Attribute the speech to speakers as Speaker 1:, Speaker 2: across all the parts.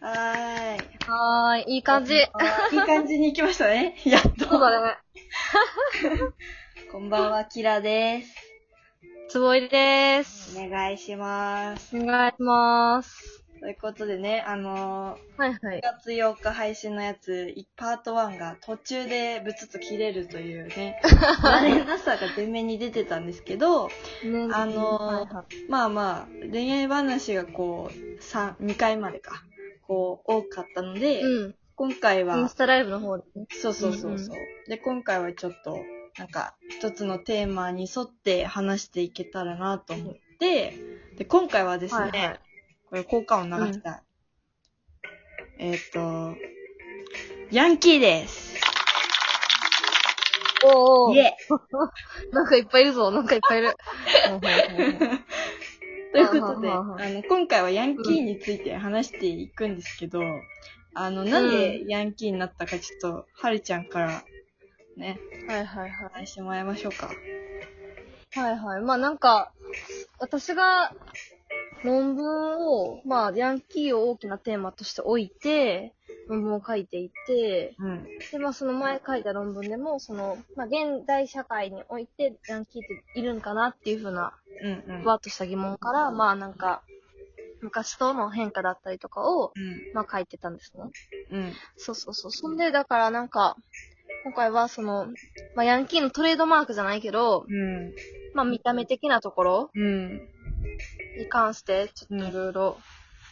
Speaker 1: はーい。
Speaker 2: はーい、いい感じ。
Speaker 1: いい感じに行きましたね。やっと。
Speaker 2: そうだね。
Speaker 1: こんばんは、キラです。
Speaker 2: つぼいでーす。
Speaker 1: お願いします。
Speaker 2: お願いします。
Speaker 1: ということでね、あの
Speaker 2: はい
Speaker 1: ー、
Speaker 2: は
Speaker 1: 4
Speaker 2: い。
Speaker 1: 月8日配信のやつ、いパート1が途中でブツッと切れるというね、バレなさが前面に出てたんですけど、あのー
Speaker 2: はいはい
Speaker 1: まあまあ、恋愛話がこう、三2回までか、こう、多かったので、今回
Speaker 2: うん。イン
Speaker 1: は
Speaker 2: ス、タライブの方でね。
Speaker 1: そうそうそうそう。で、今回はちょっと、なんか、一つのテーマに沿って話していけたらなと思って、で、今回はですね、
Speaker 2: はいはい
Speaker 1: これ効果音流したい。えーっ、と、ヤンキーです。
Speaker 2: おーお
Speaker 1: イ
Speaker 2: ー。
Speaker 1: エ
Speaker 2: なんかいっぱいいるぞ。なんかいっぱいいる。
Speaker 1: ということで、
Speaker 2: はあ
Speaker 1: あ
Speaker 2: はあはあ
Speaker 1: の、今回はヤンキーについて話していくんですけど、あの、なんでヤンキーになったかちょっと、はるちゃんから、ね、
Speaker 2: はいはいはい。
Speaker 1: 話してもらいましょうか。
Speaker 2: はいはい。まあなんか、私が論文を、まあヤンキーを大きなテーマとして置いて、論文を書いていて、
Speaker 1: うん。
Speaker 2: でまあその前書いた論文でも、その、まあ現代社会においてヤンキーっているんかなっていうふうな、
Speaker 1: うんうん。
Speaker 2: わーっとした疑問から、まあなんか、昔との変化だったりとかを、
Speaker 1: うん。
Speaker 2: まあ書いてたんですね。
Speaker 1: うん。
Speaker 2: そうそうそう。そんで、だからなんか、今回はその、まあヤンキーのトレードマークじゃないけど、
Speaker 1: うん。
Speaker 2: まあ見た目的なところ、
Speaker 1: うん。
Speaker 2: に関して、ちょっといろいろ、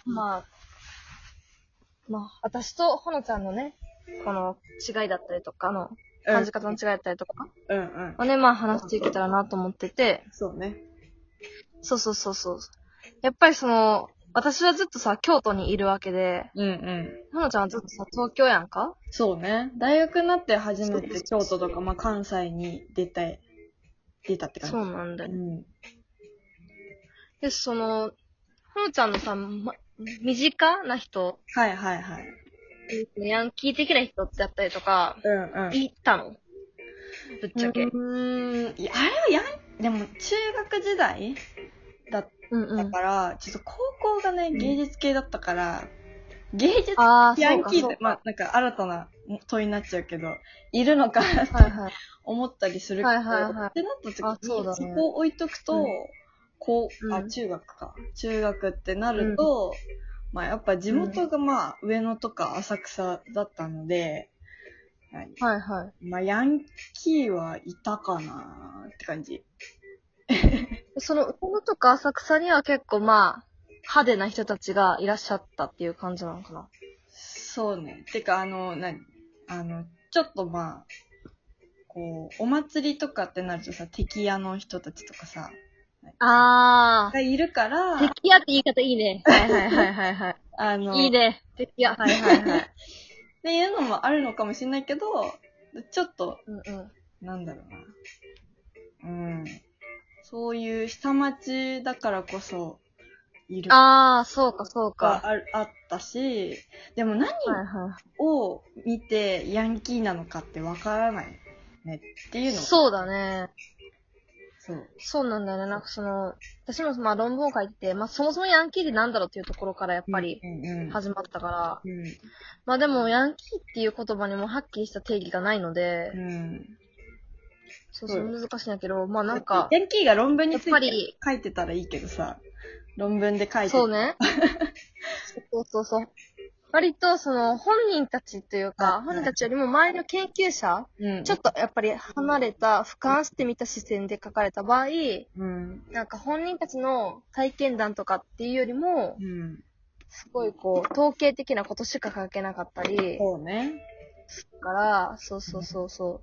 Speaker 2: まあ、まあ、私とほのちゃんのね、この違いだったりとかの、感じ方の違いだったりとか、
Speaker 1: うんうん。
Speaker 2: をね、まあ話していけたらなと思ってて、
Speaker 1: そうね。
Speaker 2: そうそうそうそう。やっぱりその、私はずっとさ、京都にいるわけで、
Speaker 1: うんうん。
Speaker 2: ほのちゃんはずっとさ、東京やんか
Speaker 1: そうね。大学になって初めて
Speaker 2: そ
Speaker 1: 京
Speaker 2: う
Speaker 1: 都とか、まあ、関西に出た、出たって感じ。
Speaker 2: そうなんだよ
Speaker 1: う。ん。
Speaker 2: で、その、ほのちゃんのさ、ま、身近な人、
Speaker 1: はいはいはい。
Speaker 2: ヤンキー的な人だったりとか、
Speaker 1: うんうん。
Speaker 2: いたのぶっちゃけ。
Speaker 1: うーん。いや、あれはやん、でも中学時代だっ
Speaker 2: うんう
Speaker 1: た
Speaker 2: ん。
Speaker 1: から、ちょっと高校がね、
Speaker 2: ん
Speaker 1: 芸術系だったから、芸術
Speaker 2: ああ、
Speaker 1: ヤ
Speaker 2: そう
Speaker 1: ン
Speaker 2: か
Speaker 1: キー
Speaker 2: そ
Speaker 1: っ
Speaker 2: う
Speaker 1: て、
Speaker 2: か。
Speaker 1: まあ、なんか新たな問いになっちゃうけど、いるのかなって
Speaker 2: はいはい。
Speaker 1: 思ったりするけど、
Speaker 2: はいはいはい
Speaker 1: ってなった時に
Speaker 2: あそうだね
Speaker 1: そこを置いとくと、
Speaker 2: うん
Speaker 1: こう、
Speaker 2: う
Speaker 1: あ、
Speaker 2: ん
Speaker 1: 中学か。中学ってなると、まあやっぱ地元がまあ上野とか浅草だったので、はい
Speaker 2: はいはい。
Speaker 1: まあヤンキーはいたかなって感じ。
Speaker 2: その、このとか浅草には結構まあ、派手な人たちがいらっしゃったっていう感じなのかな。
Speaker 1: そうね。てかあの、なにあの、ちょっとまあ、こう、お祭りとかってなるとさ、敵屋の人たちとかさ、
Speaker 2: あ
Speaker 1: がいるから、
Speaker 2: 敵屋って言い方いいね。はいはいはいはいは
Speaker 1: あの、
Speaker 2: い。いいね。敵屋。はいはいはい。
Speaker 1: っていうのもあるのかもしれないけど、ちょっと、
Speaker 2: うんうん。
Speaker 1: なんだろうな。うん。そういう下町だからこそ、いる
Speaker 2: ああ、そうかそう
Speaker 1: が
Speaker 2: か。
Speaker 1: あるあったし、でも何
Speaker 2: はいは
Speaker 1: を見てヤンキーなのかってわからないねっていう
Speaker 2: い。
Speaker 1: の。
Speaker 2: そうだね。
Speaker 1: そう。
Speaker 2: そうなんだよね。なんかその、私もまあ論文を書いて、まあそもそもヤンキーってなんだろうっていうところからやっぱり
Speaker 1: うんうん。
Speaker 2: 始まったから、
Speaker 1: うん。
Speaker 2: まあでもヤンキーっていう言葉にもはっきりした定義がないので、
Speaker 1: うん。
Speaker 2: そうそう、
Speaker 1: う
Speaker 2: 難しいんだけど、まあなんか、
Speaker 1: ヤンキーが論文につ
Speaker 2: やっぱ
Speaker 1: いて
Speaker 2: り
Speaker 1: 書いてたらいいけどさ、論文で書いて。
Speaker 2: そう。 ね。そうそうそう。割と、その、本人たちという
Speaker 1: はいは
Speaker 2: か、
Speaker 1: い
Speaker 2: 本人たちよりも周りの研究者、
Speaker 1: うん。
Speaker 2: ちょっとやっぱり離れた、俯瞰してみた視線で書かれた場合、
Speaker 1: うん。
Speaker 2: なんか本人たちの体験談とかっていうよりも
Speaker 1: う、ん。
Speaker 2: すごいこう、統計的なことしか書けなかったり、
Speaker 1: そうね。
Speaker 2: から、そうそうそうそう。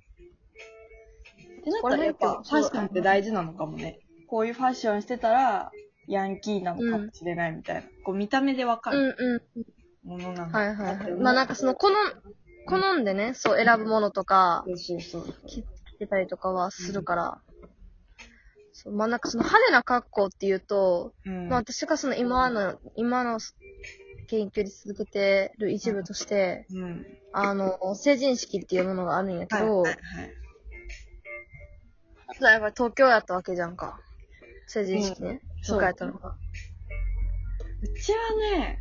Speaker 1: ってなったらやっぱファッションって大事なのかもね。こういうファッションしてたら、ヤンキーなのかもしれないみたいな。こう見た目でわか
Speaker 2: うん
Speaker 1: る
Speaker 2: う
Speaker 1: ものなん
Speaker 2: ん。
Speaker 1: だ
Speaker 2: はいはいはい。まあなんかその、好ん、好んでね、そう選ぶものとか、
Speaker 1: そうそうそう。
Speaker 2: 着てたりとかはするから、そうまあなんかその派手な格好っていうと、
Speaker 1: うん。
Speaker 2: まあ私がその今の、今の研究に続けてる一部として、
Speaker 1: うん。
Speaker 2: あの、成人式っていうものがあるんやけど、
Speaker 1: はいはい
Speaker 2: やっぱり東京やったわけじゃんか。成人式ね。
Speaker 1: うん
Speaker 2: 迎えたのが。
Speaker 1: うちはね、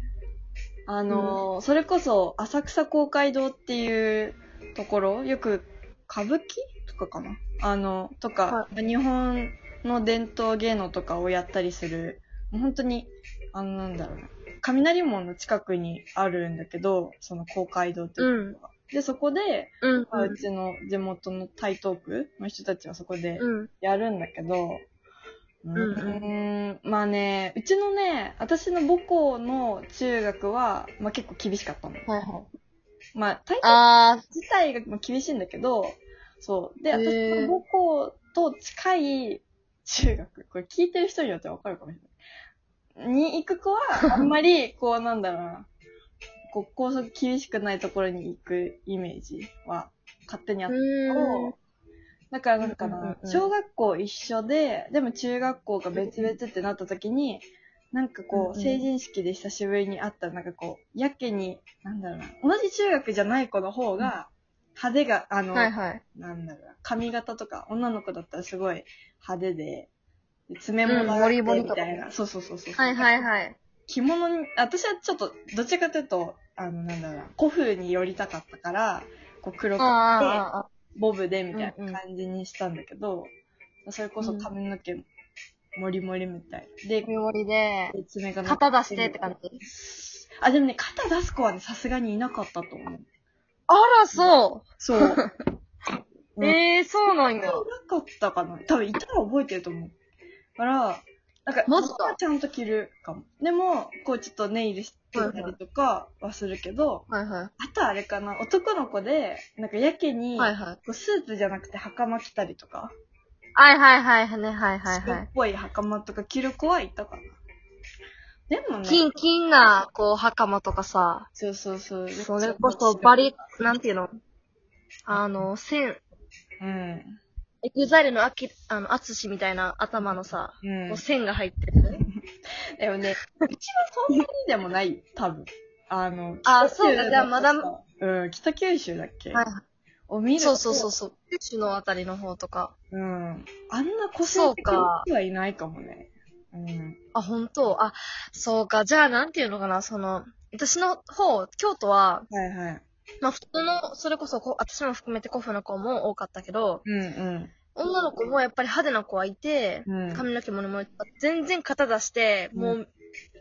Speaker 1: あのーそれこそ浅草公会堂っていうところ、よく歌舞伎とかかなあの、とか、日本の伝統芸能とかをやったりする、もう本当に、あの、なんだろうな、雷門の近くにあるんだけど、その公会堂っていうところが。で、そこで、
Speaker 2: うん。
Speaker 1: まあうちの地元の台東区の人たちはそこで
Speaker 2: うん。
Speaker 1: やるんだけど、う
Speaker 2: うん
Speaker 1: ーん、まあね、うちのね、私の母校の中学は、まあ結構厳しかったの。
Speaker 2: はいはい。
Speaker 1: まあ、台東
Speaker 2: あー、
Speaker 1: 自体がまあ厳しいんだけど、そう。で、
Speaker 2: へー
Speaker 1: 私の母校と近い中学、これ聞いてる人によってわかるかもしれない。に行く子は、あんま り、こうなんだろうな、こう、校則厳しくないところに行くイメージは勝手にあった
Speaker 2: う
Speaker 1: だからなんかな、
Speaker 2: うんうんうんうん
Speaker 1: 小学校一緒で、でも中学校が別々ってなった時に、なんかこ
Speaker 2: うん
Speaker 1: う、
Speaker 2: うん
Speaker 1: 成人式で久しぶりに会った、なんかこう、やけに、なんだろうな、同じ中学じゃない子の方が、派手が、あの、
Speaker 2: ん。はいはい。
Speaker 1: なんだろうな、髪型とか、女の子だったらすごい派手で、で爪
Speaker 2: う
Speaker 1: も
Speaker 2: ん
Speaker 1: 長
Speaker 2: ボ
Speaker 1: くて
Speaker 2: リボリ
Speaker 1: み
Speaker 2: とか
Speaker 1: たいな、そうそうそうそう。
Speaker 2: はいはいはい。
Speaker 1: 着物に、私はちょっと、どちらかというと、あの、なんだろうな、古風に寄りたかったから、こう黒くて、
Speaker 2: あ
Speaker 1: ボブでみたいな感じにしたんだけど、それこそ髪の毛もりもりみたい。で
Speaker 2: ー、、料理で、
Speaker 1: 爪が
Speaker 2: 肩出してって感じ。
Speaker 1: じ。あ、でもね、肩出す子はね、さすがにいなかったと思う。
Speaker 2: あら、そ
Speaker 1: そう。
Speaker 2: う。
Speaker 1: うん
Speaker 2: えー、そうなん
Speaker 1: い
Speaker 2: や
Speaker 1: な。かったかな。多分いたら覚えてると思う。だから、なんか、
Speaker 2: マジか
Speaker 1: はちゃんと着るかも。でも、こうちょっとネイルしてたりとかはするけど、
Speaker 2: はいは
Speaker 1: あとあれかな、男の子で、なんかやけ
Speaker 2: い。
Speaker 1: に、
Speaker 2: はいはい。
Speaker 1: こうスーツじゃなくて袴着たりとか、
Speaker 2: はいはいはい、ね、はいはい
Speaker 1: 白
Speaker 2: は
Speaker 1: っ
Speaker 2: い。
Speaker 1: ぽい袴とか着る子はいたかな。でもね、
Speaker 2: 金、金な、こう、袴とかさ、
Speaker 1: そうそうそう。
Speaker 2: それこそバリ、なんていうのあの、線、
Speaker 1: うん。
Speaker 2: エグザイルのあき、あの、あつしみたいな頭のさ、
Speaker 1: うん
Speaker 2: こう。線が入ってる。
Speaker 1: でもね、うちはそんなにでもない、 多分。あの、
Speaker 2: あ
Speaker 1: 北九州
Speaker 2: そうかじゃあまだ
Speaker 1: だったうん、北九州だっけ、
Speaker 2: はい
Speaker 1: を見ると
Speaker 2: そうそうそうそう。九州のあたりの方とか。
Speaker 1: うん。あんな個性的な人はいないかもね。うん。
Speaker 2: あ、本当あ、そうか。じゃあ、なんていうのかな、その、私の方、京都は、
Speaker 1: はいはい。
Speaker 2: まあ、普通の、それこそこ、私も含めて古風の子も多かったけど、
Speaker 1: うん
Speaker 2: 女の子もやっぱり派手な子はいて、
Speaker 1: うん
Speaker 2: 髪の毛もねもう全然肩出して、
Speaker 1: うん
Speaker 2: もう、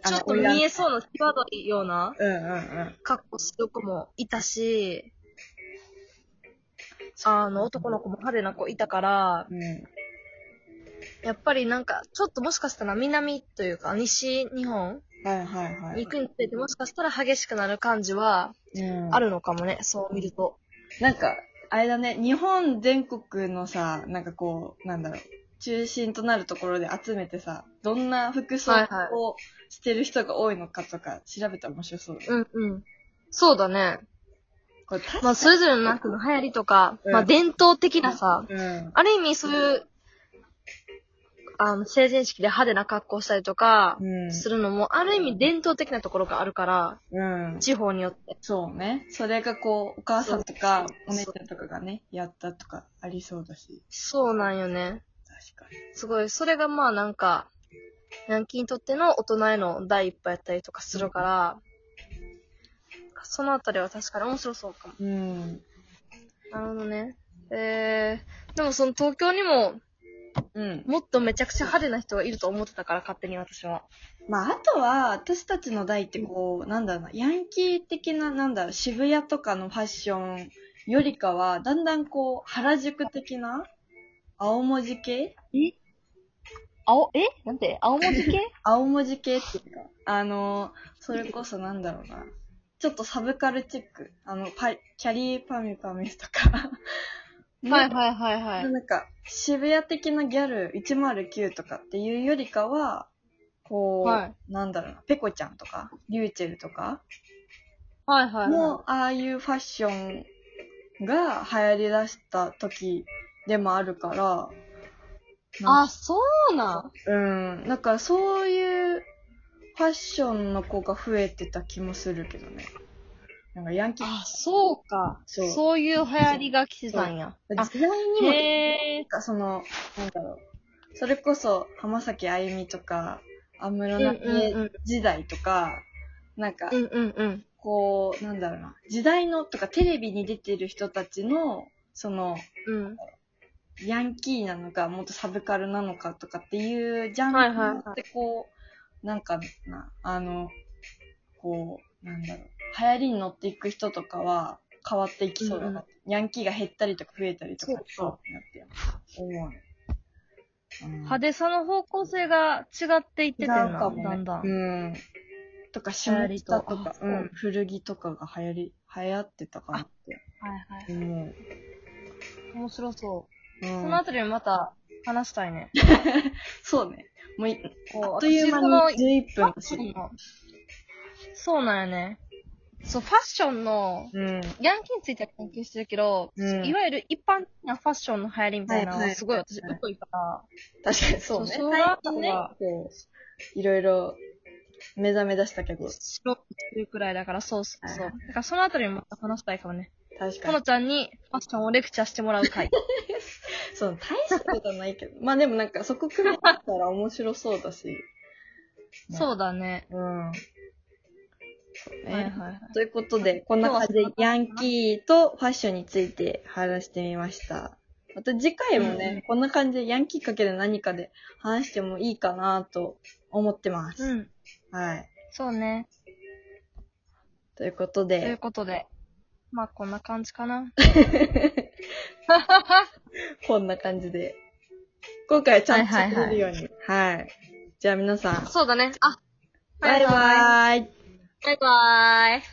Speaker 1: あ
Speaker 2: ち
Speaker 1: の
Speaker 2: ょっと見えそうな、際どいような
Speaker 1: うん。うんうんうん。
Speaker 2: 格好する子もいたし、あの、男の子も派手な子いたから、
Speaker 1: うん。
Speaker 2: やっぱりなんか、ちょっともしかしたら南というか、西日本
Speaker 1: はいはいは
Speaker 2: に
Speaker 1: い
Speaker 2: 行。くにつれて、もしかしたら激しくなる感じは、
Speaker 1: うん
Speaker 2: あるのかもね、そう見ると。
Speaker 1: なんか、あれだね、日本全国のさ、なんかこう、なんだろう、中心となるところで集めてさ、どんな服装
Speaker 2: はいはい
Speaker 1: をしてる人が多いのかとか調べたら面白そうだね。
Speaker 2: うんうん。そうだね。
Speaker 1: これ確
Speaker 2: ま
Speaker 1: か
Speaker 2: あ、それぞれのなんか流行りとか、
Speaker 1: うん
Speaker 2: まあ、伝統的なさ、
Speaker 1: うん。
Speaker 2: ある意味そういう、あの、成人式で派手な格好したりとか、
Speaker 1: うん。
Speaker 2: するのも、ある意味伝統的なところがあるから、
Speaker 1: うん。
Speaker 2: 地方によって。
Speaker 1: そうね。それがこう、お母さんとか、お
Speaker 2: そう
Speaker 1: 姉ちゃんとかがね、やったとかありそうだし。
Speaker 2: そうなんよね。
Speaker 1: 確か
Speaker 2: すごい、それがまあなんか、南京にとっての大人への第一歩やったりとかするから、そのあたりは確かに面白そうかも。
Speaker 1: に。うん。
Speaker 2: なるほどね。えー、でもその東京にも、
Speaker 1: うん。
Speaker 2: もっとめちゃくちゃ派手な人がいると思ってたから、勝手に私は。
Speaker 1: まあ、あとは、私たちの代ってこう、なんだろうな、ヤンキー的な、なんだろう、渋谷とかのファッションよりかは、だんだんこう、原宿的な、青文字系
Speaker 2: 青、えなんて青文 字系
Speaker 1: 青文字系っていうか、あの、それこそなんだろうな、ちょっとサブカルチック、あの、パキャリーパミュパミュと か、
Speaker 2: はいはいはいはい。
Speaker 1: なんか、渋谷的なギャル109とかっていうよりかは、こう、
Speaker 2: は
Speaker 1: なんだろうな、ペコちゃんとか、リューチェルとか、
Speaker 2: はいはい、
Speaker 1: もう、ああいうファッションが流行り出した時でもあるから、なん
Speaker 2: あ、
Speaker 1: か
Speaker 2: そうなん。
Speaker 1: うん、だからそういうファッションの子が増えてた気もするけどね。なんかヤンキー、
Speaker 2: あ、そうか。
Speaker 1: そう
Speaker 2: そういう流行りが来てたんや。あ、
Speaker 1: 時代にも
Speaker 2: へー
Speaker 1: なんかその、なんだろう。それこそ、浜崎あゆみとか、安室
Speaker 2: うん
Speaker 1: 奈
Speaker 2: うんう
Speaker 1: 美
Speaker 2: ん
Speaker 1: 恵時代とか、なんか、
Speaker 2: うんうんうん。
Speaker 1: こう、なんだろうな、時代のとかテレビに出てる人たちの、その、
Speaker 2: うん。
Speaker 1: ヤンキーなのか、もっとサブカルなのかとかっていうジャン
Speaker 2: はいはいはい
Speaker 1: ルってこう、なんかな、あの、こう、なんだろう、流行りに乗っていく人とかは変わっていきそうだな、ヤンキーが減ったりとか増えたりとか
Speaker 2: そうそう
Speaker 1: なって思うね。うん
Speaker 2: 派手さの方向性が違っていっててんな、
Speaker 1: 違うかもね
Speaker 2: だんだん。
Speaker 1: うん。とか、
Speaker 2: 流行
Speaker 1: 下
Speaker 2: り
Speaker 1: 北
Speaker 2: と
Speaker 1: とか
Speaker 2: あ、そう
Speaker 1: うん、古着とかが流行り、流行ってたかなって
Speaker 2: はいはい。
Speaker 1: 思う。
Speaker 2: 面白そう。
Speaker 1: うん
Speaker 2: そのあたりもまた話したいね。
Speaker 1: そうね。もうい、あ
Speaker 2: こ
Speaker 1: っという間に
Speaker 2: 私この
Speaker 1: 11分だ
Speaker 2: ファッション
Speaker 1: し。
Speaker 2: のそうなんよね。そう、ファッションの、
Speaker 1: うん。
Speaker 2: ヤンキーについては研究してるけど、
Speaker 1: うん
Speaker 2: いわゆる一般的なファッションの流行りみたいな
Speaker 1: は
Speaker 2: の
Speaker 1: い
Speaker 2: は
Speaker 1: はい
Speaker 2: すごい
Speaker 1: はい
Speaker 2: 私疎いから、
Speaker 1: 確かにそうね。
Speaker 2: そう小学校ね
Speaker 1: こう、いろいろ目覚め出したけど、
Speaker 2: 知ろうっていうくらいだから、そうそうそう。
Speaker 1: は
Speaker 2: だからそのあたりもまた話したいかもね。
Speaker 1: 確
Speaker 2: ほ
Speaker 1: か
Speaker 2: の
Speaker 1: に。
Speaker 2: ちゃんにファッションをレクチャーしてもらう回。
Speaker 1: その大したことはないけど、ま あでもなんかそこ組み立てたら面白そうだし。
Speaker 2: そうだね。
Speaker 1: うん。そうね。
Speaker 2: はいはいはい。
Speaker 1: ということで、こんな感じで
Speaker 2: 今日は
Speaker 1: ヤン
Speaker 2: そんな感じかな
Speaker 1: キーとファッションについて話してみました。また次回もね、
Speaker 2: うん
Speaker 1: こんな感じでヤンキーかけて何かで話してもいいかなと思ってます。
Speaker 2: うん。
Speaker 1: はい。
Speaker 2: そうね。
Speaker 1: ということ
Speaker 2: という
Speaker 1: で、
Speaker 2: ことで。まあ、こんな感じ かな。
Speaker 1: こんな感じで、今回はちゃんと喋れるように。はいじゃあ皆さん、
Speaker 2: そうだね。あ、
Speaker 1: バイバーイ
Speaker 2: バイバイ。